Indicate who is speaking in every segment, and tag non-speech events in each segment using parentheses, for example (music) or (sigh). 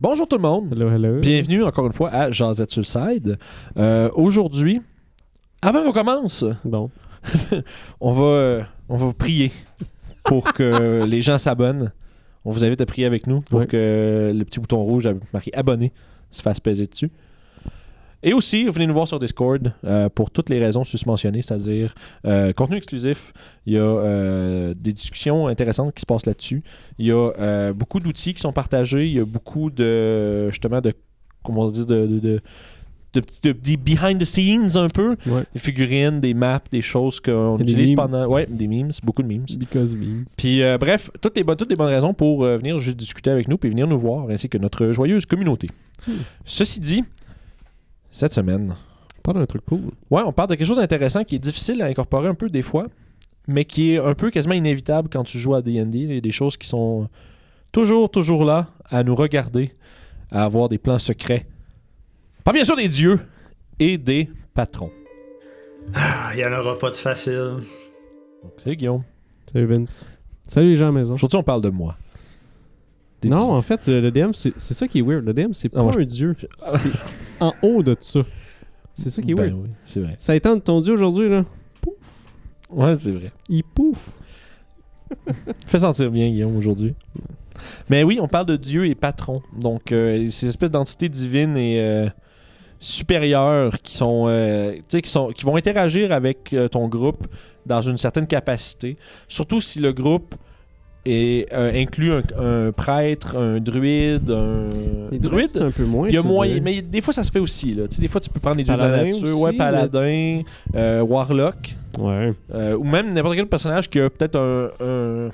Speaker 1: Bonjour tout le monde.
Speaker 2: Hello, hello.
Speaker 1: Bienvenue encore une fois à Jazette sur le side. Euh, Aujourd'hui, avant qu'on commence,
Speaker 2: Bon.
Speaker 1: on va, euh, on va vous prier pour
Speaker 2: (laughs)
Speaker 1: que les gens s'abonnent. On vous invite à prier avec nous pour
Speaker 2: Ouais.
Speaker 1: que le petit bouton rouge marqué abonner se fasse peser dessus. Et aussi, venez nous voir sur Discord euh, pour toutes les raisons susmentionnées, c'est-à-dire euh, contenu exclusif. Il y a euh, des discussions intéressantes qui se passent là-dessus. Il y a euh, beaucoup d'outils qui sont partagés. Il y a beaucoup de justement de comment on dit de, de, de- de petits- de- des behind the scenes un peu
Speaker 2: Ouais.
Speaker 1: des figurines, des maps, des choses qu'on
Speaker 2: Et des
Speaker 1: utilise
Speaker 2: memes.
Speaker 1: pendant. Ouais, des memes, beaucoup de memes.
Speaker 2: Because me.
Speaker 1: Puis euh, bref, toutes les, bonnes, toutes les bonnes raisons pour euh, venir juste discuter avec nous puis venir nous voir ainsi que notre joyeuse communauté.
Speaker 2: Hmm.
Speaker 1: Ceci dit, cette semaine,
Speaker 2: Parle d'un truc cool.
Speaker 1: ouais, on parle de quelque chose d'intéressant qui est difficile à incorporer un peu des fois, mais qui est un peu quasiment inévitable quand tu joues à D&D. Il y a des choses qui sont toujours, toujours là à nous regarder, à avoir des plans secrets. Pas bien sûr des dieux et des patrons.
Speaker 3: Ah, Il n'y en aura pas de facile.
Speaker 1: Donc, Salut Guillaume.
Speaker 2: Salut Vince. Salut les gens à la maison.
Speaker 1: Aujourd'hui, on parle de moi. Des
Speaker 2: non, en fait, le, le DM, c'est c'est ça qui est weird. Le DM, c'est pas
Speaker 1: moi, je-
Speaker 2: un dieu. C'est en haut de ça. C'est ça qui
Speaker 1: dieux.
Speaker 2: est
Speaker 1: Ben
Speaker 2: weird.
Speaker 1: oui, c'est vrai.
Speaker 2: Ça étend de ton dieu aujourd'hui, là.
Speaker 1: Ouais, c'est vrai.
Speaker 2: Il pouf.
Speaker 1: Fais sentir bien, Guillaume, aujourd'hui. Mais oui, on parle de Dieu et patron. Donc, euh, ces espèces d'entités divines et euh, supérieures qui sont, euh, tu sais, qui sont, qui vont interagir avec euh, ton groupe dans une certaine capacité. Surtout si le groupe est, euh, inclut un, un prêtre, un druide, un
Speaker 2: Les druides, c'est un peu moins.
Speaker 1: Il y a
Speaker 2: je te
Speaker 1: moyen,
Speaker 2: dirais.
Speaker 1: mais des fois ça se fait aussi. Là. Tu sais, Des fois tu peux prendre des dieux de la
Speaker 2: Paladin
Speaker 1: nature,
Speaker 2: aussi,
Speaker 1: ouais,
Speaker 2: mais-
Speaker 1: paladin, euh, warlock,
Speaker 2: Ouais.
Speaker 1: euh, ou même n'importe quel personnage qui a peut-être un, un-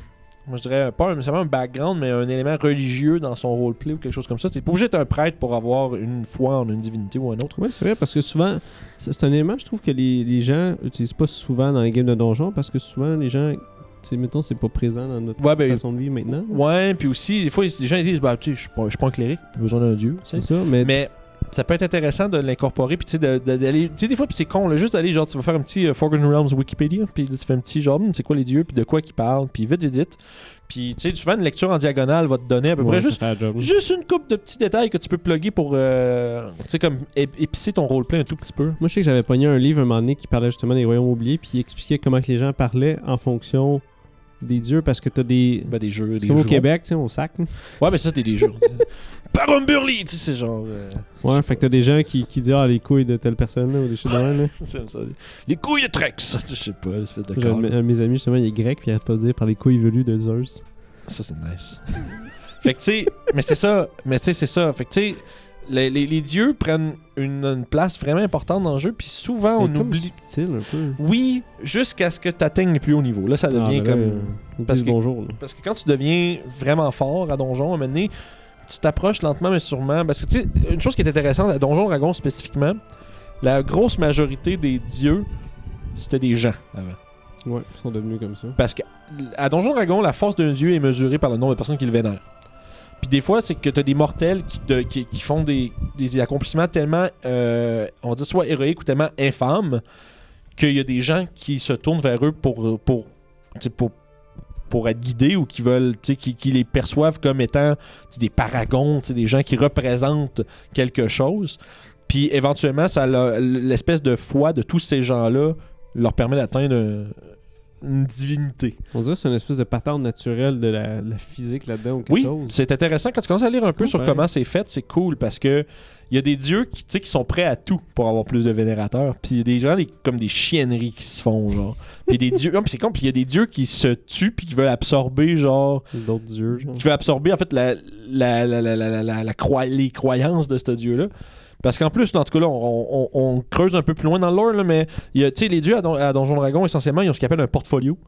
Speaker 1: moi, je dirais pas nécessairement un background, mais un élément religieux dans son roleplay ou quelque chose comme ça. C'est pas obligé d'être un prêtre pour avoir une foi en une divinité ou un autre.
Speaker 2: Ouais, c'est vrai, parce que souvent, c'est c'est un élément, je trouve, que les, les gens utilisent pas souvent dans les games de donjon, parce que souvent, les gens, tu sais, mettons, c'est pas présent dans notre
Speaker 1: Ouais, ben-
Speaker 2: façon de vivre maintenant.
Speaker 1: Ouais, puis aussi, des fois les gens ils disent, bah tu sais, je suis pas- je suis pas un cléric, j'ai besoin d'un dieu. tu sais.
Speaker 2: C'est ça, mais,
Speaker 1: Mais ça peut être intéressant de l'incorporer, puis tu sais, de- de- d'aller. Tu sais, des fois, puis c'est con, là, juste d'aller, genre, tu vas faire un petit euh, Forgotten Realms Wikipédia, puis là, tu fais un petit genre, Hum, c'est quoi les dieux, puis de quoi qu'ils parlent, puis vite, vite, vite. Puis tu sais, souvent, une lecture en diagonale va te donner à peu près
Speaker 2: Ouais, ça
Speaker 1: juste.
Speaker 2: fait la job.
Speaker 1: Juste une coupe de petits détails que tu peux plugger pour, euh, tu sais, comme ép- épicer ton roleplay un tout petit peu.
Speaker 2: Moi, je sais que j'avais pogné un livre un moment donné qui parlait justement des royaumes oubliés, puis il expliquait comment que les gens parlaient en fonction des dieux, parce que t'as des.
Speaker 1: Ben, des jeux, des
Speaker 2: C'est comme au
Speaker 1: jeux.
Speaker 2: Québec, tu sais, on sac. là.
Speaker 1: Ouais, mais ça, c'est des jeux. Par un burly, tu sais, c'est genre. euh, (laughs)
Speaker 2: Ouais, fait que t'as des gens qui, qui disent Ah, les couilles de telle personne, là, ou des choses de (laughs) même, là.
Speaker 1: c'est ça. Les couilles de Trex! (laughs) Je sais pas, espèce de
Speaker 2: J'ai un
Speaker 1: corps.
Speaker 2: de mes- un de mes amis, justement, il est grec, puis il arrête pas de dire par les couilles velues de Zeus.
Speaker 1: Ça, c'est nice. (laughs) fait que, tu sais, mais c'est ça. Mais, tu sais, c'est ça. Fait que, tu sais, les, les- les dieux prennent une, une place vraiment importante dans le jeu, puis souvent, on
Speaker 2: C'est comme
Speaker 1: oublie.
Speaker 2: subtil un peu.
Speaker 1: Oui, jusqu'à ce que tu atteignes les plus hauts niveaux. Là, ça
Speaker 2: Ah,
Speaker 1: devient
Speaker 2: ben là,
Speaker 1: comme.
Speaker 2: euh, Ils
Speaker 1: parce
Speaker 2: disent
Speaker 1: que-
Speaker 2: bonjour, là.
Speaker 1: Parce que quand tu deviens vraiment fort à Donjon, à un moment donné, tu t'approches lentement mais sûrement. Parce que, tu sais, une chose qui est intéressante à Donjon Dragon spécifiquement, la grosse majorité des dieux, c'était des gens avant.
Speaker 2: Ouais, ils sont devenus comme ça.
Speaker 1: Parce qu'à Donjon Dragon, la force d'un dieu est mesurée par le nombre de personnes qui le vénèrent. Puis des fois, c'est que t'as des mortels qui, de- qui- qui font des, des accomplissements tellement, euh, on dit soit héroïques ou tellement infâmes, qu'il y a des gens qui se tournent vers eux pour, pour, tu sais, pour, pour être guidés ou qui veulent, tu sais, qui, qui les perçoivent comme étant tu sais, des paragons, tu sais, des gens qui représentent quelque chose. Puis éventuellement, ça leur- l'espèce de foi de tous ces gens-là leur permet d'atteindre un- une divinité.
Speaker 2: On dirait que c'est une espèce de patente naturelle de la, la physique là-dedans ou quelque
Speaker 1: Oui,
Speaker 2: chose.
Speaker 1: c'est intéressant. Quand tu commences à lire
Speaker 2: C'est
Speaker 1: un peu
Speaker 2: cool, ben
Speaker 1: sur
Speaker 2: ouais.
Speaker 1: comment c'est fait, c'est cool parce que il y a des dieux qui, tu sais, qui sont prêts à tout pour avoir plus de vénérateurs. Puis il y a des gens des- comme des chienneries qui se font, genre. Puis des dieux. (laughs) non, puis c'est con, puis il y a des dieux qui se tuent puis qui veulent absorber, genre.
Speaker 2: D'autres dieux, genre.
Speaker 1: Qui veulent absorber, en fait, la, la, la, la, la, la- la- la croi- les croyances de ce dieu-là. Parce qu'en plus, dans tout cas, là, on, on- on creuse un peu plus loin dans le lore, là, mais il y a, tu sais, les dieux à, Don- à Donjon Dragon, essentiellement, ils ont ce qu'on appelle un portfolio.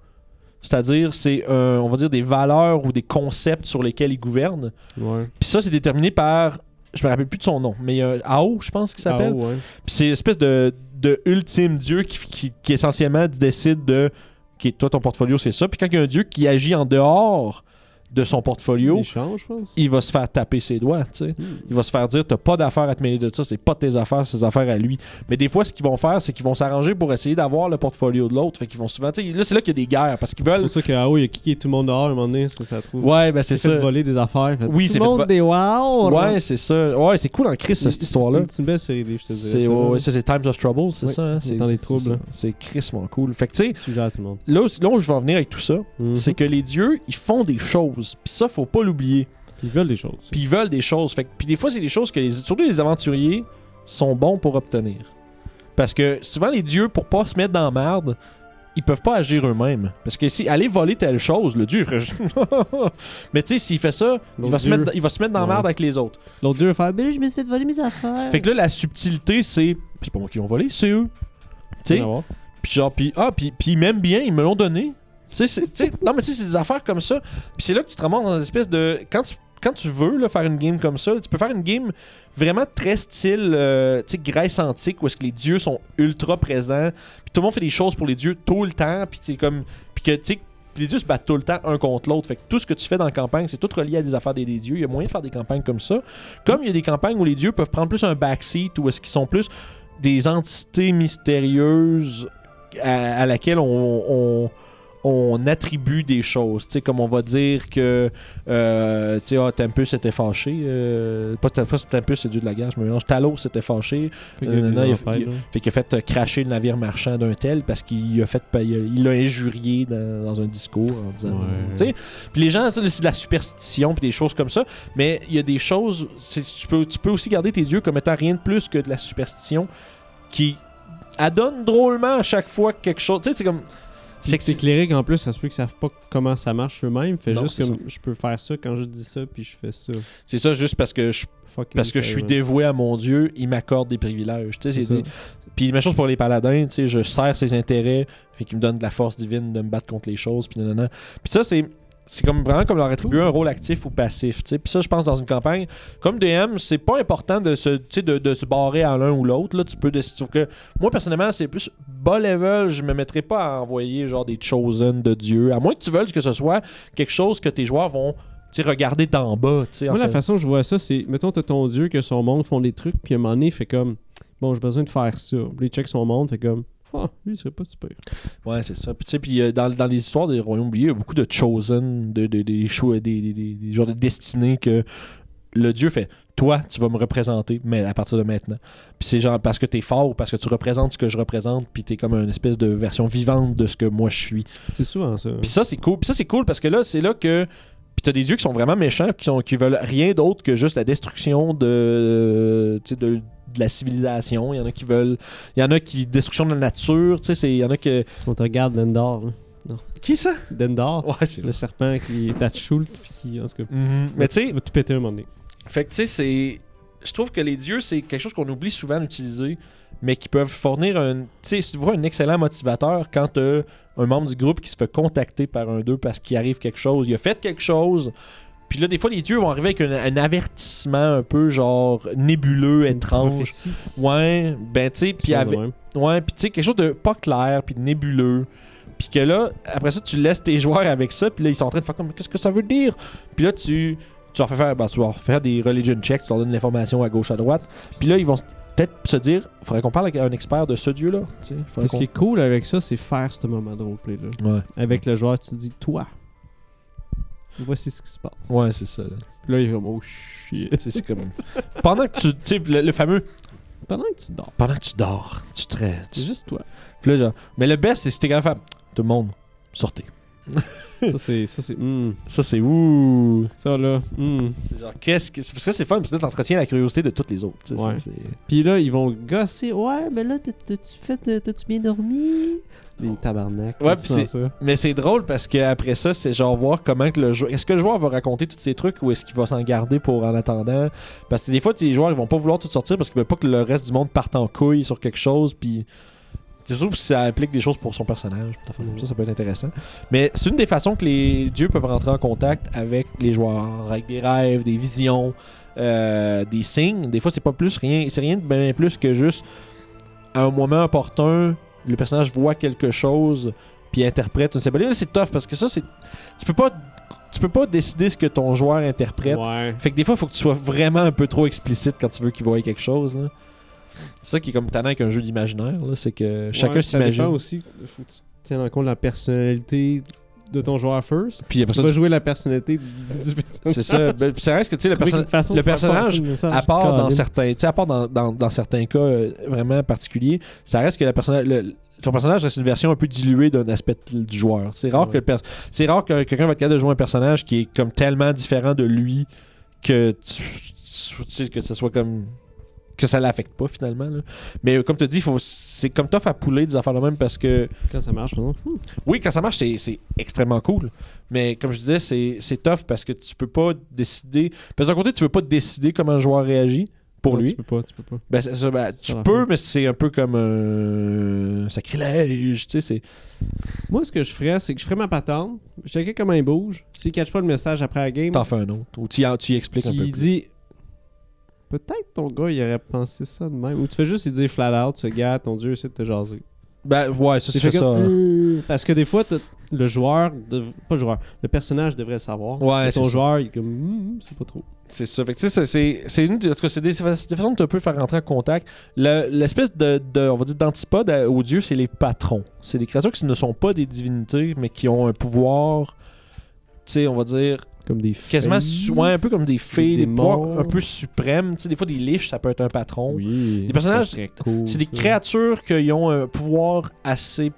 Speaker 1: C'est-à-dire, c'est, euh, on va dire, des valeurs ou des concepts sur lesquels ils gouvernent.
Speaker 2: Ouais.
Speaker 1: Puis ça, c'est déterminé par. Je me rappelle plus de son nom, mais euh, Ao, je pense qu'il s'appelle.
Speaker 2: Ah, ouais.
Speaker 1: Puis c'est l'espèce de, de ultime dieu qui, qui, qui essentiellement décide de. Qui, toi, ton portfolio, c'est ça. Puis quand il y a un dieu qui agit en dehors de son portfolio,
Speaker 2: Il change, je pense.
Speaker 1: il va se faire taper ses doigts, tu sais.
Speaker 2: Hmm.
Speaker 1: Il va se faire dire t'as pas d'affaires à te mêler de ça, c'est pas tes affaires, c'est ses affaires à lui. Mais des fois, ce qu'ils vont faire, c'est qu'ils vont s'arranger pour essayer d'avoir le portfolio de l'autre. Fait qu'ils vont souvent. tu sais, Là, c'est là qu'il y a des guerres parce qu'ils
Speaker 2: C'est
Speaker 1: veulent.
Speaker 2: pour ça que ah oui, il a kické tout le monde dehors à un moment donné, parce que ça trouve.
Speaker 1: Ouais, ben c'est
Speaker 2: c'est
Speaker 1: ça.
Speaker 2: fait voler des affaires. Fait,
Speaker 1: Oui,
Speaker 2: tout
Speaker 1: c'est
Speaker 2: le
Speaker 1: fait
Speaker 2: monde
Speaker 1: vo-
Speaker 2: des wow. là.
Speaker 1: Ouais, c'est ça. Ouais, c'est cool en crise, ça, cette
Speaker 2: C'est-
Speaker 1: histoire-là.
Speaker 2: c'est- C'est une belle série de livres, je te dirais.
Speaker 1: C'est
Speaker 2: ça,
Speaker 1: ouais,
Speaker 2: là.
Speaker 1: ouais, ça, c'est Times of Trouble, c'est
Speaker 2: Oui,
Speaker 1: ça. hein?
Speaker 2: on est dans les
Speaker 1: c'est
Speaker 2: troubles.
Speaker 1: ça. C'est crissement cool. Fait que tu sais,
Speaker 2: Sujet à tout le monde.
Speaker 1: là, où- là où je vais en venir avec tout ça,
Speaker 2: Mhm.
Speaker 1: c'est que les dieux, ils font des choses. Puis ça, faut pas l'oublier.
Speaker 2: Ils veulent des choses.
Speaker 1: Puis ils veulent des choses. Fait que- puis des fois, c'est des choses que les, surtout les aventuriers sont bons pour obtenir. Parce que souvent, les dieux, pour pas se mettre dans la merde, ils peuvent pas agir eux-mêmes. Parce que si aller voler telle chose, le dieu, il ferait juste. (laughs) Mais tu sais, s'il fait ça, il
Speaker 2: L'autre
Speaker 1: va, se
Speaker 2: dieu.
Speaker 1: mettre, il va se mettre dans la
Speaker 2: Ouais.
Speaker 1: merde avec les autres.
Speaker 2: L'autre dieu va faire Ben là, je me suis fait voler mes affaires.
Speaker 1: Fait que là, la subtilité, c'est. C'est pas moi qui l'ont volé, c'est eux. Tu sais,
Speaker 2: Rien à voir.
Speaker 1: Puis genre, puis ah, puis, puis ils m'aiment bien, ils me l'ont donné. Tu sais, c'est- tu sais, non, mais tu sais, c'est des affaires comme ça. Puis c'est là que tu te remontes dans une espèce de. Quand tu, quand tu veux là, faire une game comme ça, tu peux faire une game vraiment très style, euh, tu sais, Grèce antique, où est-ce que les dieux sont ultra présents. Puis tout le monde fait des choses pour les dieux tout le temps. Puis c'est comme. Puis que, tu sais, les dieux se battent tout le temps un contre l'autre. Fait que tout ce que tu fais dans la campagne, c'est tout relié à des affaires des, des dieux. Il y a moyen de faire des campagnes comme ça. Comme il y a des campagnes où les dieux peuvent prendre plus un backseat, où est-ce qu'ils sont plus des entités mystérieuses à, à laquelle on, on, on attribue des choses. Tu sais, comme on va dire que euh, tu sais, ah, Tempus était fâché. euh, pas, Tem- pas Tempus, c'est Dieu de la guerre, je me mélange. Talos était fâché.
Speaker 2: Fait qu'il y a
Speaker 1: Euh,
Speaker 2: des
Speaker 1: non, il y a-
Speaker 2: affaires,
Speaker 1: il y
Speaker 2: là.
Speaker 1: Fait qu'il a fait euh, cracher le navire marchand d'un tel parce qu'il a fait pa- il a- il l'a injurié dans, dans un discours en disant.
Speaker 2: Ouais.
Speaker 1: Tu sais, puis les gens, ça, c'est de la superstition puis des choses comme ça. Mais il y a des choses. c'est- Tu peux, tu peux aussi garder tes yeux comme étant rien de plus que de la superstition qui adonne drôlement à chaque fois que quelque chose. Tu sais, c'est comme.
Speaker 2: C'est que c'est clérique en plus, ça se peut qu'ils savent pas comment ça marche eux-mêmes. Fait
Speaker 1: Non,
Speaker 2: juste
Speaker 1: c'est
Speaker 2: comme je peux faire ça quand je dis ça, puis je fais ça.
Speaker 1: C'est ça, juste parce que je,
Speaker 2: Fuck
Speaker 1: parce
Speaker 2: you,
Speaker 1: que je suis
Speaker 2: sérieux.
Speaker 1: dévoué à mon Dieu, il m'accorde des privilèges. Tu sais,
Speaker 2: C'est
Speaker 1: c'est des-
Speaker 2: ça.
Speaker 1: Puis même chose pour les paladins, tu sais, je sers ses intérêts, puis qu'il me donne de la force divine de me battre contre les choses, puis nanana. Puis ça, c'est c'est comme vraiment comme leur attribuer un rôle actif ou passif, tu sais. Puis ça, je pense dans une campagne, comme DM, c'est pas important de se, tu sais, de, de se barrer à l'un ou l'autre. Là, tu peux décider. Sauf que moi personnellement, c'est plus bas level. Je me mettrais pas à envoyer genre des chosen de Dieu, à moins que tu veuilles que ce soit quelque chose que tes joueurs vont, tu sais, regarder d'en bas, tu sais. en
Speaker 2: Moi, la
Speaker 1: fait.
Speaker 2: façon que je vois ça, c'est mettons, t'as ton dieu que son monde font des trucs, puis à un moment donné, il fait comme Bon, j'ai besoin de faire ça. Puis il check son monde, fait comme Ah, lui, il serait pas super.
Speaker 1: Ouais, c'est ça. Puis, tu sais, puis euh, dans, dans les histoires des royaumes oubliés, il y a beaucoup de chosen, de, de- des, choix- des, des, des- des genres de destinées que le dieu fait. Toi, tu vas me représenter, mais à partir de maintenant. Puis c'est genre parce que t'es fort, parce que tu représentes ce que je représente, puis t'es comme une espèce de version vivante de ce que moi je suis.
Speaker 2: C'est souvent ça. hein.
Speaker 1: Puis ça, c'est cool. Puis ça, c'est cool parce que là, c'est là que. Puis t'as des dieux qui sont vraiment méchants, qui, sont, qui veulent rien d'autre que juste la destruction de, tu sais, de, de la civilisation. Il y en a qui veulent. Il y en a qui. Destruction de la nature. Tu sais, c'est- il y en a que.
Speaker 2: On te regarde Dendor. là.
Speaker 1: Qui ça
Speaker 2: Dendor,
Speaker 1: Ouais, c'est
Speaker 2: le serpent qui est à Schultz, puis qui, en tout cas,
Speaker 1: Mais tu sais,
Speaker 2: va tout péter un moment donné.
Speaker 1: fait que tu sais, c'est. Je trouve que les dieux, c'est quelque chose qu'on oublie souvent d'utiliser, mais qui peuvent fournir un. Tu sais, si tu vois, un excellent motivateur quand t'as un membre du groupe qui se fait contacter par un d'eux parce qu'il arrive quelque chose, il a fait quelque chose. Puis là, des fois, les dieux vont arriver avec un, un avertissement un peu genre nébuleux,
Speaker 2: Une
Speaker 1: étrange.
Speaker 2: prophétie,
Speaker 1: Ouais, ben tu sais, puis
Speaker 2: quelque chose de
Speaker 1: avec,
Speaker 2: même.
Speaker 1: Ouais, puis tu sais, quelque chose de pas clair, puis de nébuleux. Puis que là, après ça, tu laisses tes joueurs avec ça, puis là, ils sont en train de faire comme, qu'est-ce que ça veut dire? Puis là, tu, tu leur fais faire, ben, tu leur fais faire des religion checks, tu leur donnes l'information à gauche, à droite. Puis là, ils vont s- peut-être se dire, faudrait qu'on parle avec un expert de ce dieu-là. tu sais, faudrait
Speaker 2: Puis Ce qui est cool avec ça, c'est faire ce moment de roleplay là.
Speaker 1: qu'on- Ouais,
Speaker 2: Avec le joueur, tu dis toi. Voici ce qui se passe.
Speaker 1: ouais c'est ça. là.
Speaker 2: Puis là, il est comme oh shit.
Speaker 1: Tu sais, (laughs) c'est comme. pendant que tu. Tu sais, le, le fameux.
Speaker 2: (laughs) Pendant que tu dors,
Speaker 1: Pendant que tu dors, tu te. ré- Tu,
Speaker 2: c'est juste toi.
Speaker 1: Puis là, genre. Mais le best, c'est si t'es capable de faire, Tout le monde, sortez.
Speaker 2: ça c'est ça c'est hmm.
Speaker 1: Ça, c'est ouh.
Speaker 2: ça là. hmm.
Speaker 1: C'est genre, qu'est-ce que. c'est- Parce que c'est fun, parce que là, t'entretiens la curiosité de toutes les autres. tu sais,
Speaker 2: Ouais.
Speaker 1: c'est- c'est-
Speaker 2: Puis là, ils vont gosser. Ouais, mais là t'as- t'as-tu fait t'as-tu bien dormi Les tabarnak.
Speaker 1: Ouais,
Speaker 2: tu
Speaker 1: puis
Speaker 2: sens
Speaker 1: c'est-
Speaker 2: ça.
Speaker 1: Mais c'est drôle parce que après ça, c'est genre voir comment que le joueur. Est-ce que le joueur va raconter tous ces trucs ou est-ce qu'il va s'en garder pour en attendant Parce que des fois, tu sais, les joueurs, ils vont pas vouloir tout sortir parce qu'ils veulent pas que le reste du monde parte en couille sur quelque chose. Puis. C'est sûr que ça implique des choses pour son personnage. puis d'affaires comme ça, ça peut être intéressant. Mais c'est une des façons que les dieux peuvent rentrer en contact avec les joueurs, avec des rêves, des visions, euh, des signes. Des fois, c'est pas plus rien, c'est rien de bien plus que juste à un moment opportun, le personnage voit quelque chose puis interprète une symbolique. Là, c'est tough parce que ça, c'est tu peux pas tu peux pas décider ce que ton joueur interprète.
Speaker 2: Ouais.
Speaker 1: Fait que des fois, il faut que tu sois vraiment un peu trop explicite quand tu veux qu'il voie quelque chose. là. C'est ça qui est comme talent avec un jeu d'imaginaire, là, c'est que chacun
Speaker 2: Ouais, Ça
Speaker 1: s'imagine.
Speaker 2: dépend aussi, faut que tu tiennes en compte la personnalité de ton joueur first.
Speaker 1: Puis après
Speaker 2: Tu
Speaker 1: ça,
Speaker 2: vas
Speaker 1: tu-
Speaker 2: jouer la personnalité du (laughs) personnage.
Speaker 1: c'est
Speaker 2: (laughs)
Speaker 1: ça. Ben, puis ça reste que tu sais, le,
Speaker 2: Trouver
Speaker 1: perso-
Speaker 2: une façon
Speaker 1: le
Speaker 2: de faire
Speaker 1: personnage,
Speaker 2: passer le message.
Speaker 1: à part dans
Speaker 2: Caroline.
Speaker 1: certains, tu sais, à part dans, dans- dans certains cas euh, vraiment particuliers, ça reste que la personne, le- ton personnage reste une version un peu diluée d'un aspect du joueur. C'est rare
Speaker 2: Ouais.
Speaker 1: que le pers- c'est rare que quelqu'un va être capable de jouer un personnage qui est comme tellement différent de lui que tu, tu sais, que ce soit comme que ça l'affecte pas finalement. là. Mais euh, comme tu dis, faut c'est comme tough à pouler des affaires de même parce que
Speaker 2: Quand ça marche, hmm. pardon.
Speaker 1: oui, quand ça marche, c'est- c'est extrêmement cool. Mais comme je disais, c'est c'est tough parce que tu peux pas décider. Parce que d'un côté, tu veux pas décider comment le joueur réagit pour
Speaker 2: Non,
Speaker 1: lui.
Speaker 2: Tu peux pas, tu peux pas.
Speaker 1: Ben, c'est ça, ben,
Speaker 2: C'est
Speaker 1: tu
Speaker 2: la
Speaker 1: peux,
Speaker 2: fin.
Speaker 1: mais c'est un peu comme un sacrilège. Tu sais, c'est.
Speaker 2: Moi, ce que je ferais, c'est que je ferais ma patente. Je checkais comment il bouge. S'il catch pas le message après la game,
Speaker 1: T'en fais un autre. Ou tu, y- tu y expliques un peu.
Speaker 2: tu
Speaker 1: plus.
Speaker 2: dis. Peut-être ton gars, il aurait pensé ça de même. Ou tu fais juste lui dire flat out, ce gars, ton dieu essaie de te jaser.
Speaker 1: Ben, ouais, ça,
Speaker 2: T'es
Speaker 1: c'est ça.
Speaker 2: fait comme,
Speaker 1: hein.
Speaker 2: Euh, Parce que des fois, t'as- le joueur, dev- pas le joueur, le personnage devrait le savoir.
Speaker 1: Ouais,
Speaker 2: Mais
Speaker 1: c'est
Speaker 2: ton
Speaker 1: ça.
Speaker 2: joueur, il est comme, Hum, hum, c'est pas trop.
Speaker 1: C'est ça. Fait que, tu sais, c'est- c'est- c'est une. En tout cas, c'est des, fa- des façons de te peu faire rentrer en contact. Le- L'espèce de, de- On va dire d'antipode à- aux dieux, c'est les patrons. C'est des créatures qui ne sont pas des divinités, mais qui ont un pouvoir. Tu sais, on va dire.
Speaker 2: Comme des
Speaker 1: Quasiment. su- ouais, un peu comme des fées, des,
Speaker 2: démons.
Speaker 1: pouvoirs un peu suprêmes. Tu sais, des fois, des liches, ça peut être un patron.
Speaker 2: Oui.
Speaker 1: Des personnages-
Speaker 2: ça serait cool,
Speaker 1: C'est des
Speaker 2: ça.
Speaker 1: créatures qui ont un pouvoir assez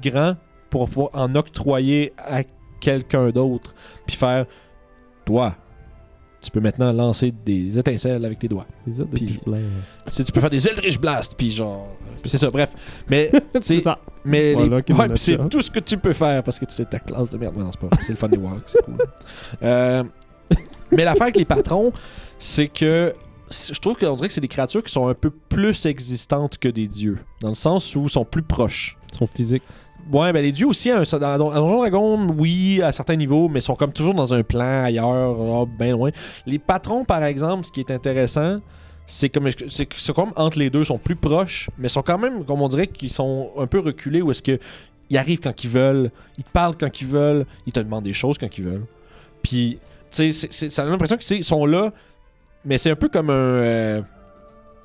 Speaker 1: grand pour pouvoir en octroyer à quelqu'un d'autre. Puis faire Toi, tu peux maintenant lancer des étincelles avec tes doigts.
Speaker 2: Les autres de
Speaker 1: Puis-
Speaker 2: Pitch
Speaker 1: (laughs)
Speaker 2: Blair.
Speaker 1: Tu sais, tu peux faire des Eldritch Blast, puis genre. puis c'est ça, bref. Mais,
Speaker 2: C'est ça.
Speaker 1: mais les-
Speaker 2: Voilà, qu'il y
Speaker 1: (laughs)
Speaker 2: en
Speaker 1: ouais,
Speaker 2: a
Speaker 1: puis c'est
Speaker 2: ça.
Speaker 1: tout ce que tu peux faire parce que tu sais ta classe de merde. Non, c'est pas vrai. C'est le fun des walks, c'est cool. Euh, mais l'affaire avec les patrons, c'est que c- je trouve qu'on dirait que c'est des créatures qui sont un peu plus existantes que des dieux. Dans le sens où ils sont plus proches.
Speaker 2: Son physique.
Speaker 1: Ouais, ben les dieux aussi, à un- dans dans Donjons et Dragons, oui, à certains niveaux, mais sont comme toujours dans un plan ailleurs, là, ben loin. Les patrons, par exemple, ce qui est intéressant, c'est comme, c'est que- c'est comme entre les deux, sont plus proches, mais sont quand même, comme on dirait, qu'ils sont un peu reculés, où est-ce que ils arrivent quand ils veulent, ils te parlent quand ils veulent, ils te demandent des choses quand ils veulent. Puis, tu sais, c'est- c'est- ça donne l'impression qu'ils sont là, mais c'est un peu comme un... euh,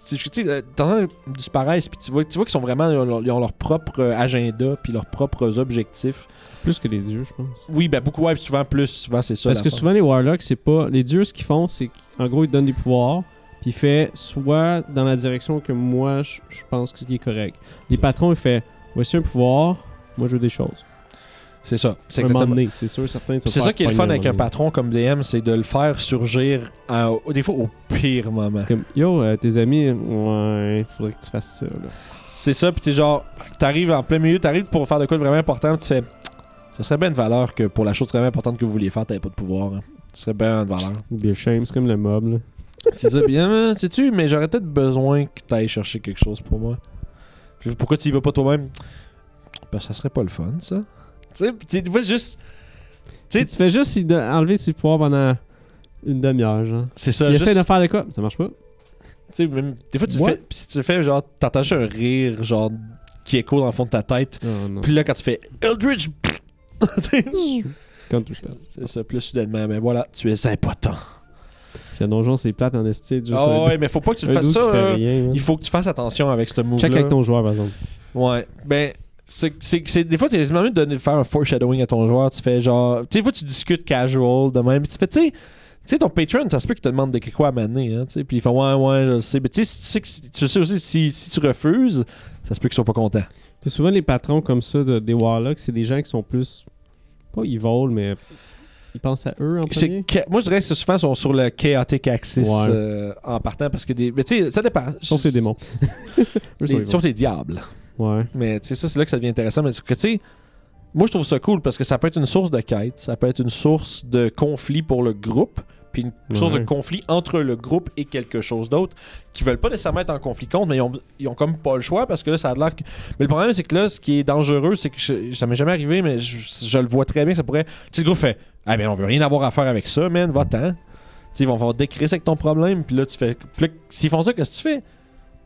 Speaker 1: tu sais, tu sais, euh, t'entends qu'ils disparaissent, puis tu vois, tu vois qu'ils sont vraiment, ils ont leur, ils ont leur propre euh, agenda, puis leurs propres objectifs.
Speaker 2: Plus que les dieux, je pense.
Speaker 1: Oui, ben beaucoup, ouais, puis souvent plus, souvent c'est ça.
Speaker 2: Parce que
Speaker 1: l'affaire.
Speaker 2: souvent, les Warlocks, c'est pas. Les dieux, ce qu'ils font, c'est qu'en gros, ils te donnent des pouvoirs. Puis il fait soit dans la direction que moi, je, je pense que ce qui est correct. Les
Speaker 1: C'est-
Speaker 2: patrons, il fait voici un pouvoir, moi je veux des choses.
Speaker 1: c'est ça, c'est
Speaker 2: un moment
Speaker 1: exactement.
Speaker 2: donné, c'est sûr, certains. tu
Speaker 1: C'est
Speaker 2: vas faire
Speaker 1: ça qui est le
Speaker 2: pogner
Speaker 1: fun avec un
Speaker 2: moment
Speaker 1: patron comme DM, c'est de le faire surgir, à- des fois au pire moment.
Speaker 2: donné. Comme, yo, euh, tes amis, ouais, faudrait que tu fasses ça. Là.
Speaker 1: C'est ça, puis t'es genre, t'arrives en plein milieu, t'arrives pour faire de quoi de vraiment important, tu fais, ça serait bien de valeur que pour la chose vraiment importante que vous vouliez faire, t'avais pas de pouvoir. hein. Ce serait bien de valeur.
Speaker 2: Ou bien shame, c'est comme le mob. Là.
Speaker 1: C'est ça, bien, hein, sais-tu, mais j'aurais peut-être besoin que t'ailles chercher quelque chose pour moi. Puis pourquoi tu y vas pas toi-même Ben, ça serait pas le fun, ça. Tu sais, pis t'es- des fois, c'est juste. Tu
Speaker 2: Tu
Speaker 1: sais,
Speaker 2: tu fais juste il de- enlever ses pouvoirs pendant une demi-heure, genre.
Speaker 1: c'est
Speaker 2: Il
Speaker 1: ça.
Speaker 2: essaie
Speaker 1: juste-
Speaker 2: de faire de quoi Ça marche pas.
Speaker 1: Tu sais, même- des fois, tu le
Speaker 2: Ouais.
Speaker 1: fais, pis si tu le fais, genre, t'entends juste un rire, genre, qui écho dans le fond de ta tête.
Speaker 2: Non, non.
Speaker 1: Puis là, quand tu fais Eldritch, (laughs) tu sais,
Speaker 2: Comme tout, je perds.
Speaker 1: c'est ça, plus soudainement, mais voilà, tu es impotent.
Speaker 2: Puis un donjon, c'est plate en esti. Juste
Speaker 1: Ah
Speaker 2: un-
Speaker 1: ouais, mais faut pas que tu
Speaker 2: un
Speaker 1: le fasses
Speaker 2: dude
Speaker 1: ça.
Speaker 2: qui fait
Speaker 1: euh,
Speaker 2: rien, là.
Speaker 1: Il faut que tu fasses attention avec ce move-là.
Speaker 2: Check avec ton joueur, par exemple.
Speaker 1: Ouais. Ben, c'est, c'est, c'est- des fois, t'es même mieux de donner- faire un foreshadowing à ton joueur. Tu fais genre. Tu sais, des fois, tu discutes casual de même. puis Tu fais, tu sais. Tu sais, ton patron, ça se peut qu'il te demande de quelque quoi à maner, hein, tu sais. Puis il fait, ouais, ouais, je le sais. Mais tu sais, si tu sais, que si- tu sais aussi, si, si tu refuses, ça se peut qu'ils soient pas contents.
Speaker 2: Puis souvent, les patrons comme ça de- des Warlocks, c'est des gens qui sont plus. Pas ils volent, mais ils pensent à eux en
Speaker 1: C'est
Speaker 2: premier.
Speaker 1: cha- moi, je dirais que c'est souvent ils sont sur le chaotic axis
Speaker 2: Ouais.
Speaker 1: euh, en partant parce que des. Mais tu sais, ça dépend.
Speaker 2: Sauf les démons. Eux sont
Speaker 1: Les- (laughs)
Speaker 2: les
Speaker 1: sauf les diables.
Speaker 2: gros. Ouais.
Speaker 1: Mais tu sais, ça, c'est là que ça devient intéressant. Mais c'est que, tu sais, moi, je trouve ça cool parce que ça peut être une source de quête, ça peut être une source de conflit pour le groupe, puis une
Speaker 2: Ouais.
Speaker 1: source de conflit entre le groupe et quelque chose d'autre qui veulent pas nécessairement être en conflit contre, mais ils ont, ils ont comme pas le choix parce que là, ça a l'air. que- Mais le problème, c'est que là, ce qui est dangereux, c'est que je- ça m'est jamais arrivé, mais je, je le vois très bien que ça pourrait. Tu sais, le groupe fait Ah, mais on veut rien avoir à faire avec ça, man, va-t'en. Tu sais, ils vont, vont décrire ça avec ton problème, puis là, tu fais. puis là, S'ils font ça, qu'est-ce que tu fais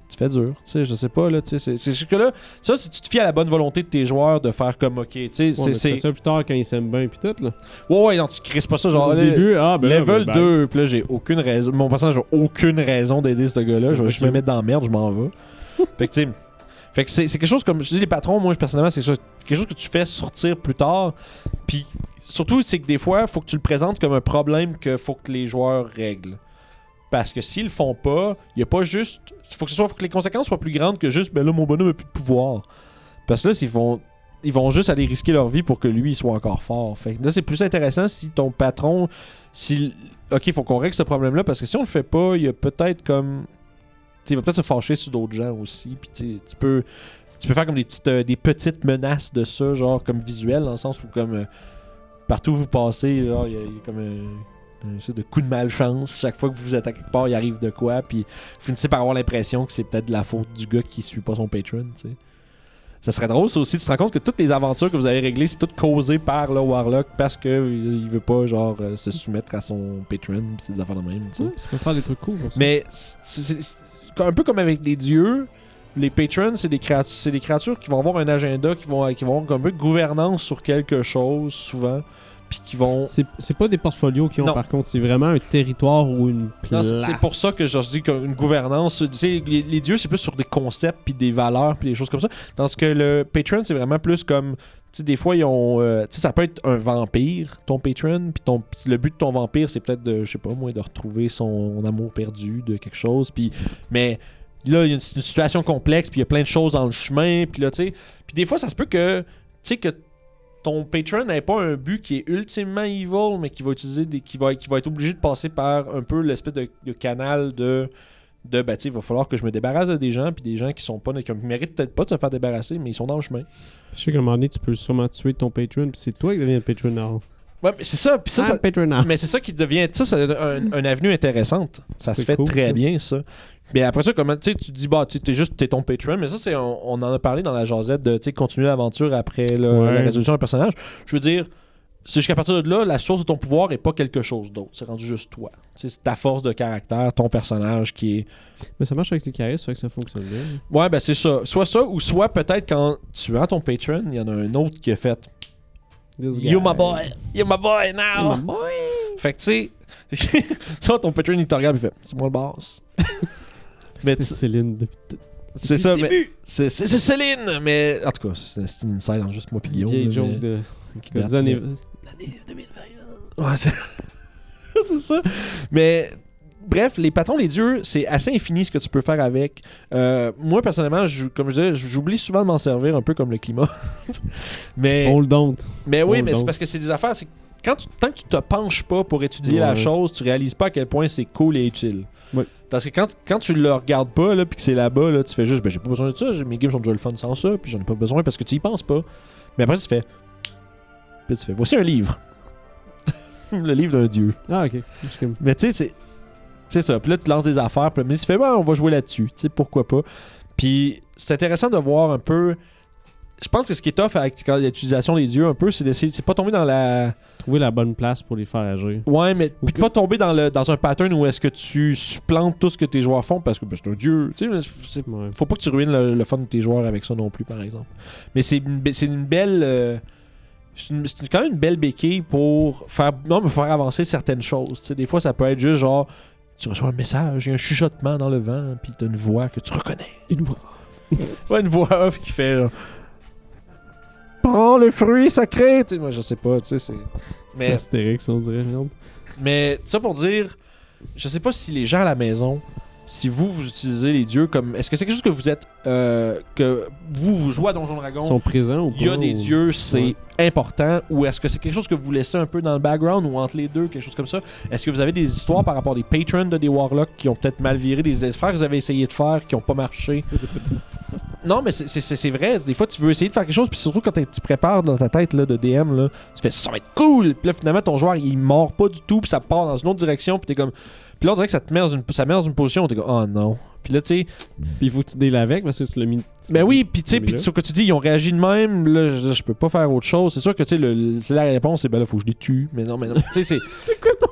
Speaker 1: tu fais dur. Tu sais, je sais pas, là, tu sais, c'est- c'est juste que là, ça, si tu te fies à la bonne volonté de tes joueurs de faire comme, ok, tu sais,
Speaker 2: Ouais, mais
Speaker 1: c'est-
Speaker 2: tu
Speaker 1: c'est.
Speaker 2: fais ça plus tard quand ils s'aiment bien puis tout, là.
Speaker 1: Ouais, ouais, non, tu crises pas ça, genre.
Speaker 2: Au
Speaker 1: là,
Speaker 2: début, ah, ben là,
Speaker 1: level
Speaker 2: ben, bye.
Speaker 1: 2, puis là, j'ai aucune raison. Mon personnage a aucune raison d'aider ce gars-là. Je vais
Speaker 2: Fait
Speaker 1: juste
Speaker 2: que-
Speaker 1: me mettre dans la merde, je m'en
Speaker 2: (laughs)
Speaker 1: vais. fait que, tu sais, fait que c'est c'est quelque chose comme. Je dis, les patrons, moi, personnellement, c'est ça- quelque chose que tu fais sortir plus tard. Puis surtout, c'est que des fois, faut que tu le présentes comme un problème que faut que les joueurs règlent. Parce que s'ils le font pas, il y a pas juste. Faut que, ce soit, faut que les conséquences soient plus grandes que juste, ben là, mon bonhomme a plus de pouvoir. Parce que là, s'ils vont ils vont juste aller risquer leur vie pour que lui il soit encore fort. Fait que là, c'est plus intéressant si ton patron. Si, ok, faut qu'on règle ce problème-là parce que si on le fait pas, il y a peut-être comme. tu sais, il va peut-être se fâcher sur d'autres gens aussi. Puis tu sais, tu peux. Tu peux faire comme des petites, euh, des petites menaces de ça, genre comme visuel, dans le sens où comme euh, partout où vous passez, genre il y, a il y a comme un, un espèce de coup de malchance. Chaque fois que vous vous attaquez quelque part, il arrive de quoi, puis vous finissez par avoir l'impression que c'est peut-être de la faute du gars qui suit pas son patron, tu sais. Ça serait drôle, ça aussi. Tu te rends compte que toutes les aventures que vous avez réglées, c'est toutes causées par le Warlock parce que il il veut pas, genre, euh, se soumettre à son patron. pis C'est des affaires de même, tu sais.
Speaker 2: Ouais, Ça peut faire des trucs cool. comme ça.
Speaker 1: Mais c'est- c'est c'est un peu comme avec les dieux. Les patrons, c'est des, créatures, c'est des créatures qui vont avoir un agenda, qui vont, qui vont avoir comme un peu de gouvernance sur quelque chose, souvent. Puis qui vont.
Speaker 2: C'est c'est pas des portfolios qui ont,
Speaker 1: Non.
Speaker 2: par contre, c'est vraiment un territoire ou une
Speaker 1: Non,
Speaker 2: place.
Speaker 1: c'est- c'est pour ça que genre, je dis qu'une gouvernance, tu sais, les, les dieux, c'est plus sur des concepts, puis des valeurs, puis des choses comme ça. Tandis que le patron, c'est vraiment plus comme, tu sais, des fois, ils ont, euh, tu sais, ça peut être un vampire, ton patron, puis ton, puis le but de ton vampire, c'est peut-être de, je sais pas moi, de retrouver son amour perdu de quelque chose, puis, mais là, il y a une, une situation complexe, puis il y a plein de choses dans le chemin, puis là, tu sais, puis des fois, ça se peut que, tu sais, que ton patron n'ait pas un but qui est ultimement evil, mais qui va utiliser des, qui va, qui va être obligé de passer par un peu l'espèce de, de canal de de bah tu sais, il va falloir que je me débarrasse de des gens puis des gens qui sont pas qui méritent peut-être pas de se faire débarrasser mais ils sont dans le chemin.
Speaker 2: Je sais qu'à un moment donné, tu peux sûrement tuer ton patron, puis c'est toi qui deviens Ah, le patron now.
Speaker 1: Ouais, mais c'est ça puis ça,
Speaker 2: I'm
Speaker 1: ça-
Speaker 2: patron now.
Speaker 1: (laughs) mais c'est ça qui devient ça c'est un, un avenue intéressante. Ça
Speaker 2: C'est
Speaker 1: se fait
Speaker 2: cool,
Speaker 1: très
Speaker 2: ça.
Speaker 1: bien ça. Mais après ça comment tu sais, tu dis bah tu es juste t'es ton patron mais ça c'est on, on en a parlé dans la jasette de tu sais, continuer l'aventure après le-
Speaker 2: Ouais.
Speaker 1: la résolution d'un personnage. Je veux dire c'est jusqu'à partir de là, la source de ton pouvoir est pas quelque chose d'autre. C'est rendu juste toi. Tu sais, C'est ta force de caractère, ton personnage qui est.
Speaker 2: Mais ça marche avec les charismes, ça fait que ça fonctionne bien.
Speaker 1: Ouais, ben c'est ça. Soit ça, ou soit peut-être quand tu as ton patron, il y en a un autre qui a fait
Speaker 2: This
Speaker 1: You
Speaker 2: guy.
Speaker 1: my boy, you my boy now.
Speaker 2: You my boy.
Speaker 1: Fait que tu sais, (laughs) toi ton patron il te regarde, il fait C'est moi le
Speaker 2: (laughs)
Speaker 1: boss. mais
Speaker 2: C'était
Speaker 1: tu-
Speaker 2: Céline depuis tout-
Speaker 1: c'est ça,
Speaker 2: le
Speaker 1: mais. C'est c'est- c'est Céline, mais. En tout cas, c'est une c'est une inside entre juste moi pis Guillaume.
Speaker 2: vieille
Speaker 1: là,
Speaker 2: joke
Speaker 1: mais-
Speaker 2: de
Speaker 1: qui
Speaker 2: que
Speaker 1: date,
Speaker 2: des années-
Speaker 1: mais- Ouais, c'est (laughs) c'est ça. Mais bref, les patrons, les dieux, c'est assez infini ce que tu peux faire avec. Euh, moi, personnellement, je- comme je disais, j'oublie souvent de m'en servir un peu comme le climat. (laughs) mais,
Speaker 2: On le donne.
Speaker 1: mais oui,
Speaker 2: on
Speaker 1: mais c'est
Speaker 2: don't.
Speaker 1: parce que c'est des affaires. c'est que Quand tu, tant que tu te penches pas pour étudier la
Speaker 2: Ouais.
Speaker 1: chose, tu réalises pas à quel point c'est cool et utile.
Speaker 2: Ouais.
Speaker 1: Parce que quand, quand tu le regardes pas, là, puis que c'est là-bas, là, tu fais juste, ben, j'ai pas besoin de ça, j'ai- mes games sont déjà le fun sans ça, puis j'en ai pas besoin parce que tu y penses pas. Mais après, tu fais. Puis tu fais, voici un livre. (laughs) le livre d'un dieu.
Speaker 2: Ah, ok. Je suis comme-
Speaker 1: Mais tu sais, c'est. C'est ça. Puis là, tu lances des affaires. Puis mais tu fais, bah, on va jouer là-dessus. Tu sais, pourquoi pas. Puis c'est intéressant de voir un peu. Je pense que ce qui est tough avec quand- l'utilisation des dieux, un peu, c'est d'essayer. C'est pas tomber dans la.
Speaker 2: Trouver la bonne place pour les faire agir.
Speaker 1: Ouais, mais. Puis de
Speaker 2: Ok.
Speaker 1: pas tomber dans, le, dans un pattern où est-ce que tu supplantes tout ce que tes joueurs font parce que ben, c'est un dieu. Tu sais, c'est-
Speaker 2: Ouais.
Speaker 1: faut pas que tu ruines le, le fun de tes joueurs avec ça non plus, par exemple. Mais c'est une, be- c'est une belle. euh, c'est une- c'est une- quand même une belle béquille pour faire, non, mais faire avancer certaines choses. Tu sais, des fois, ça peut être juste genre. Tu reçois un message, il y a un chuchotement dans le vent, puis t'as une voix que tu reconnais. Une voix off. (laughs) ouais, une voix off qui fait genre, Prends le fruit sacré! Tu sais, moi, je sais pas, tu sais, c'est.
Speaker 2: C'est Astérix, on dirait. merde.
Speaker 1: Mais ça pour dire, je sais pas si les gens à la maison, si vous, vous utilisez les dieux comme. Est-ce que c'est quelque chose que vous êtes. euh, que vous, vous jouez à Donjon Dragon,
Speaker 2: Ils sont présents ou pas
Speaker 1: il y a des
Speaker 2: ou-
Speaker 1: dieux, c'est
Speaker 2: Ouais.
Speaker 1: important, ou est-ce que c'est quelque chose que vous laissez un peu dans le background ou entre les deux, quelque chose comme ça Est-ce que vous avez des histoires par rapport à des patrons de des Warlocks qui ont peut-être mal viré, des affaires que vous avez essayé de faire qui ont pas marché non, mais c'est- c'est c'est- c'est vrai. Des fois, tu veux essayer de faire quelque chose, puis surtout quand t'es- tu prépares dans ta tête là, de DM, là, tu fais ça va être cool. Puis là, finalement, ton joueur, il mord pas du tout, puis ça part dans une autre direction, puis t'es comme. Puis là, on dirait que ça te met dans une, ça met dans une position où t'es comme, oh non. Puis là, tu sais,
Speaker 2: Puis il faut que tu deals avec parce que tu l'as mis.
Speaker 1: ben oui, puis tu sais,
Speaker 2: Mais
Speaker 1: puis
Speaker 2: là-
Speaker 1: ce que tu dis, ils ont réagi de même, là, je, je peux pas faire autre chose. C'est sûr que, tu sais, le- le- c'est la réponse, c'est ben là, faut que je les tue, mais non, mais non. Tu sais, c'est.
Speaker 2: (laughs) C'est quoi cette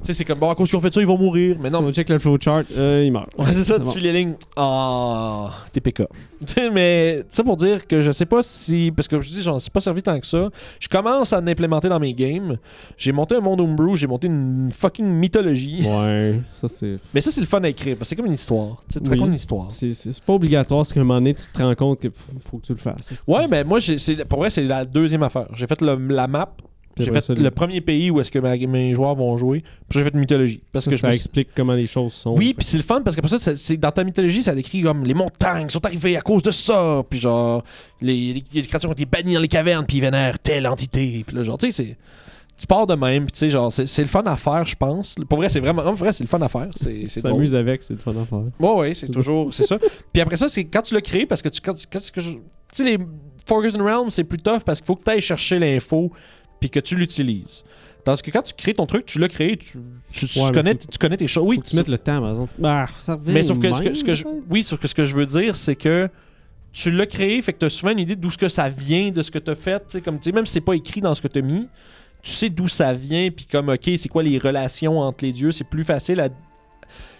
Speaker 1: Tu sais, c'est comme, bon, à cause qu'ils ont fait ça, ils vont mourir. Mais non,
Speaker 2: si on check le flowchart, euh, il meurt.
Speaker 1: Ouais, c'est ça, tu
Speaker 2: bon.
Speaker 1: suis les lignes. Ah, t'es PK. Tu sais, (laughs) mais ça pour dire que je sais pas si. Parce que je dis, j'en suis pas servi tant que ça. Je commence à l'implémenter dans mes games. J'ai monté un monde homebrew, j'ai monté une fucking mythologie.
Speaker 2: Ouais, ça c'est.
Speaker 1: Mais ça, c'est le fun à écrire, parce que c'est comme une histoire. Tu sais, tu
Speaker 2: Oui.
Speaker 1: racontes une histoire.
Speaker 2: C'est c'est- c'est pas obligatoire, c'est qu'à un moment donné, tu te rends compte qu'il faut que tu le fasses.
Speaker 1: Ouais, ben moi, j'ai- c'est- pour vrai, c'est la deuxième affaire. J'ai fait le- la map.
Speaker 2: Puis
Speaker 1: J'ai
Speaker 2: après
Speaker 1: fait
Speaker 2: ça,
Speaker 1: le
Speaker 2: le-
Speaker 1: premier pays où est-ce que ma- mes joueurs vont jouer. Puis j'ai fait une mythologie. Parce
Speaker 2: ça,
Speaker 1: que je me suis-
Speaker 2: explique comment les choses sont.
Speaker 1: Oui, puis c'est le fun parce que pour ça, c'est- c'est dans ta mythologie, ça décrit comme les montagnes sont arrivées à cause de ça, puis genre les, les, les créatures ont été bannies dans les cavernes, puis ils vénèrent telle entité, puis là genre tu sais c'est tu pars de même, puis tu sais genre c'est c'est le fun à faire, je pense. Pour vrai, c'est vraiment en vrai, c'est le fun à faire, c'est
Speaker 2: Tu
Speaker 1: c'est drôle.
Speaker 2: t'amuses avec, c'est le fun à faire.
Speaker 1: Ouais ouais, c'est toujours c'est ça. Puis après ça, c'est quand tu le crées parce que tu quand, tu- quand tu- que je- tu sais les Forgotten Realms, c'est plus tough parce qu'il faut que tu ailles chercher l'info puis que tu l'utilises. Tandis que quand tu crées ton truc, tu l'as créé, tu, tu, tu
Speaker 2: Ouais, mais
Speaker 1: connais,
Speaker 2: faut-
Speaker 1: tu connais tes choses. Oui,
Speaker 2: Faut que tu mettes le temps, par exemple. Bah, ça revient
Speaker 1: mais
Speaker 2: au
Speaker 1: sauf que, ce que,
Speaker 2: même,
Speaker 1: ce que je,
Speaker 2: peut-être.
Speaker 1: oui, sauf que ce que je veux dire, c'est que tu l'as créé, fait que tu as souvent une idée d'où ce que ça vient, de ce que tu as fait, tu sais, comme tu sais, même si c'est pas écrit dans ce que tu as mis, tu sais d'où ça vient, puis comme ok, c'est quoi les relations entre les dieux, c'est plus facile à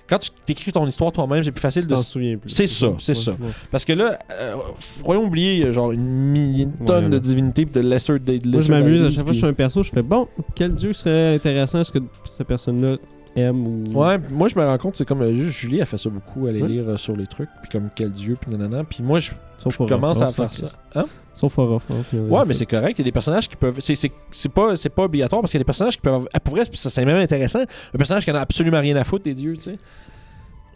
Speaker 1: quand tu t'écris ton histoire toi-même, c'est plus facile
Speaker 2: Tu
Speaker 1: de
Speaker 2: t'en souviens plus.
Speaker 1: c'est ça, c'est ça. parce que là, euh, voyons oublier euh, genre une million de
Speaker 2: Ouais,
Speaker 1: tonnes de
Speaker 2: ouais.
Speaker 1: divinités puis de lesser des
Speaker 2: Moi, je m'amuse à chaque fois que je fais un perso, je fais bon, quel dieu serait intéressant est-ce que cette personne-là aime ou.
Speaker 1: Ouais, puis moi je me rends compte, c'est comme euh, juste Julie a fait ça beaucoup, elle est
Speaker 2: Ouais.
Speaker 1: lire euh, sur les trucs, puis comme quel dieu, puis nanana, puis moi je
Speaker 2: Sauf
Speaker 1: Je
Speaker 2: Orof,
Speaker 1: commence à
Speaker 2: Orof,
Speaker 1: faire
Speaker 2: c'est-
Speaker 1: ça. Hein?
Speaker 2: Sauf Orof, Orof, il y en a
Speaker 1: Ouais,
Speaker 2: fait.
Speaker 1: mais c'est correct. Il y a des personnages qui peuvent. c'est- C'est c'est pas, c'est pas obligatoire parce qu'il y a des personnages qui peuvent. avoir- Ah, pour vrai, ça, c'est même intéressant. Un personnage qui en a absolument rien à foutre des dieux, tu sais.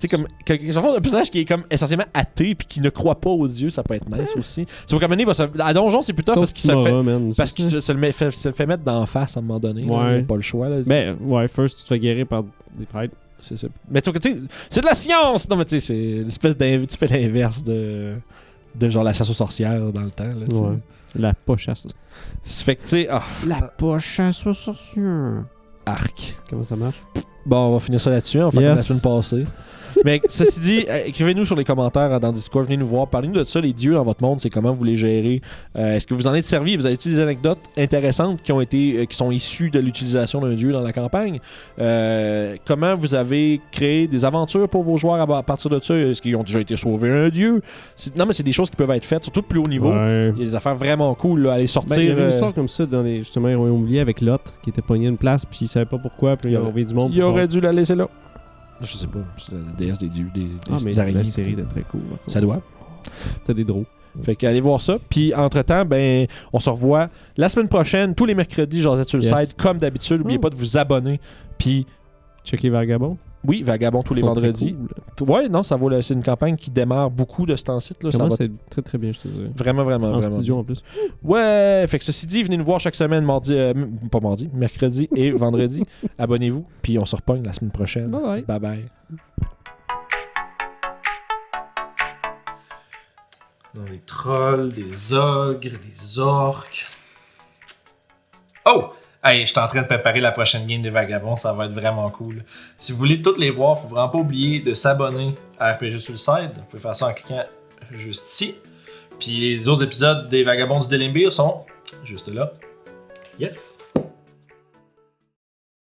Speaker 1: Tu sais, comme. que- que- en fait, un personnage qui est comme essentiellement athée puis qui ne croit pas aux dieux, ça peut être nice aussi. Sauf qu'à un moment donné, il va se- à Donjon, c'est plus tard
Speaker 2: Sauf
Speaker 1: parce qu'il se
Speaker 2: Kimora,
Speaker 1: fait.
Speaker 2: man,
Speaker 1: Parce
Speaker 2: c'est (laughs)
Speaker 1: qu'il
Speaker 2: ça.
Speaker 1: se, se le met- fait- se le fait mettre d'en face à un moment donné. là.
Speaker 2: Ouais.
Speaker 1: Il a pas le choix, là.
Speaker 2: Ben, ouais, first, tu te fais guérir par des prêtres.
Speaker 1: C'est ça. Mais tu sais, tu sais, c'est de la science! Non, mais tu sais, c'est l'espèce d'inv- Tu fais l'inverse de. De genre la chasse aux sorcières dans le temps, là, tu sais.
Speaker 2: Ouais. La pochasse.
Speaker 1: Ça fait que, tu sais, ah,
Speaker 2: La pochasse aux sorcières.
Speaker 1: arc.
Speaker 2: Comment ça marche?
Speaker 1: Bon, on va finir ça là-dessus. hein, On fait
Speaker 2: Yes.
Speaker 1: comme la semaine passée. Mais ceci
Speaker 2: (laughs)
Speaker 1: dit, euh, écrivez-nous sur les commentaires euh, dans Discord. Venez nous voir. Parlez-nous de ça, les dieux dans votre monde. C'est comment vous les gérez. Euh, Est-ce que vous en êtes servi? Vous avez-tu des anecdotes intéressantes qui ont été, euh, qui sont issues de l'utilisation d'un dieu dans la campagne? Euh, comment vous avez créé des aventures pour vos joueurs à, ba- à partir de ça? Est-ce qu'ils ont déjà été sauvés un dieu? C'est- Non, mais c'est des choses qui peuvent être faites, surtout de plus haut niveau.
Speaker 2: Ouais.
Speaker 1: Il y a des affaires vraiment cool. Là, aller
Speaker 2: Ben,
Speaker 1: sortir.
Speaker 2: il y avait une
Speaker 1: euh,
Speaker 2: histoire comme ça dans les justement les royaumes oubliés avec Lot qui était pogné une place puis il savait pas pourquoi puis il a
Speaker 1: Il aurait-
Speaker 2: enlevé du monde.
Speaker 1: il
Speaker 2: pour
Speaker 1: aurait dû la laisser là. Je sais pas. C'est la déesse des dieux, des, des
Speaker 2: Ah mais
Speaker 1: des araignées.
Speaker 2: la série était très cool. par contre.
Speaker 1: Ça doit.
Speaker 2: C'était des drôles.
Speaker 1: Fait qu'allez voir ça. Puis entre-temps, ben, on se revoit la semaine prochaine, tous les mercredis, genre sur le
Speaker 2: Yes.
Speaker 1: site, comme d'habitude. N'oubliez
Speaker 2: Mm.
Speaker 1: pas de vous abonner. Puis
Speaker 2: Check les vagabonds.
Speaker 1: oui, Vagabond tous les
Speaker 2: Ils sont très
Speaker 1: vendredis.
Speaker 2: cool.
Speaker 1: Ouais, non, ça vaut la- c'est une campagne qui démarre beaucoup de ce temps-ci. là. Ça
Speaker 2: Comment
Speaker 1: va
Speaker 2: c'est très très bien je te dirais.
Speaker 1: vraiment, vraiment,
Speaker 2: En
Speaker 1: vraiment.
Speaker 2: studio en plus.
Speaker 1: Ouais, fait que ceci dit, venez nous voir chaque semaine, mardi, euh, m- pas mardi, mercredi
Speaker 2: (laughs)
Speaker 1: et vendredi. Abonnez-vous, puis on se repogne la semaine prochaine.
Speaker 2: Bye bye.
Speaker 1: Bye bye.
Speaker 4: dans des trolls, des ogres, des orques. Oh! Hey, je suis en train de préparer la prochaine game des Vagabonds, ça va être vraiment cool. Si vous voulez toutes les voir, faut vraiment pas oublier de s'abonner à RPG Suicide. Vous pouvez faire ça en cliquant juste ici. Puis les autres épisodes des Vagabonds du Delimbir sont juste là. Yes!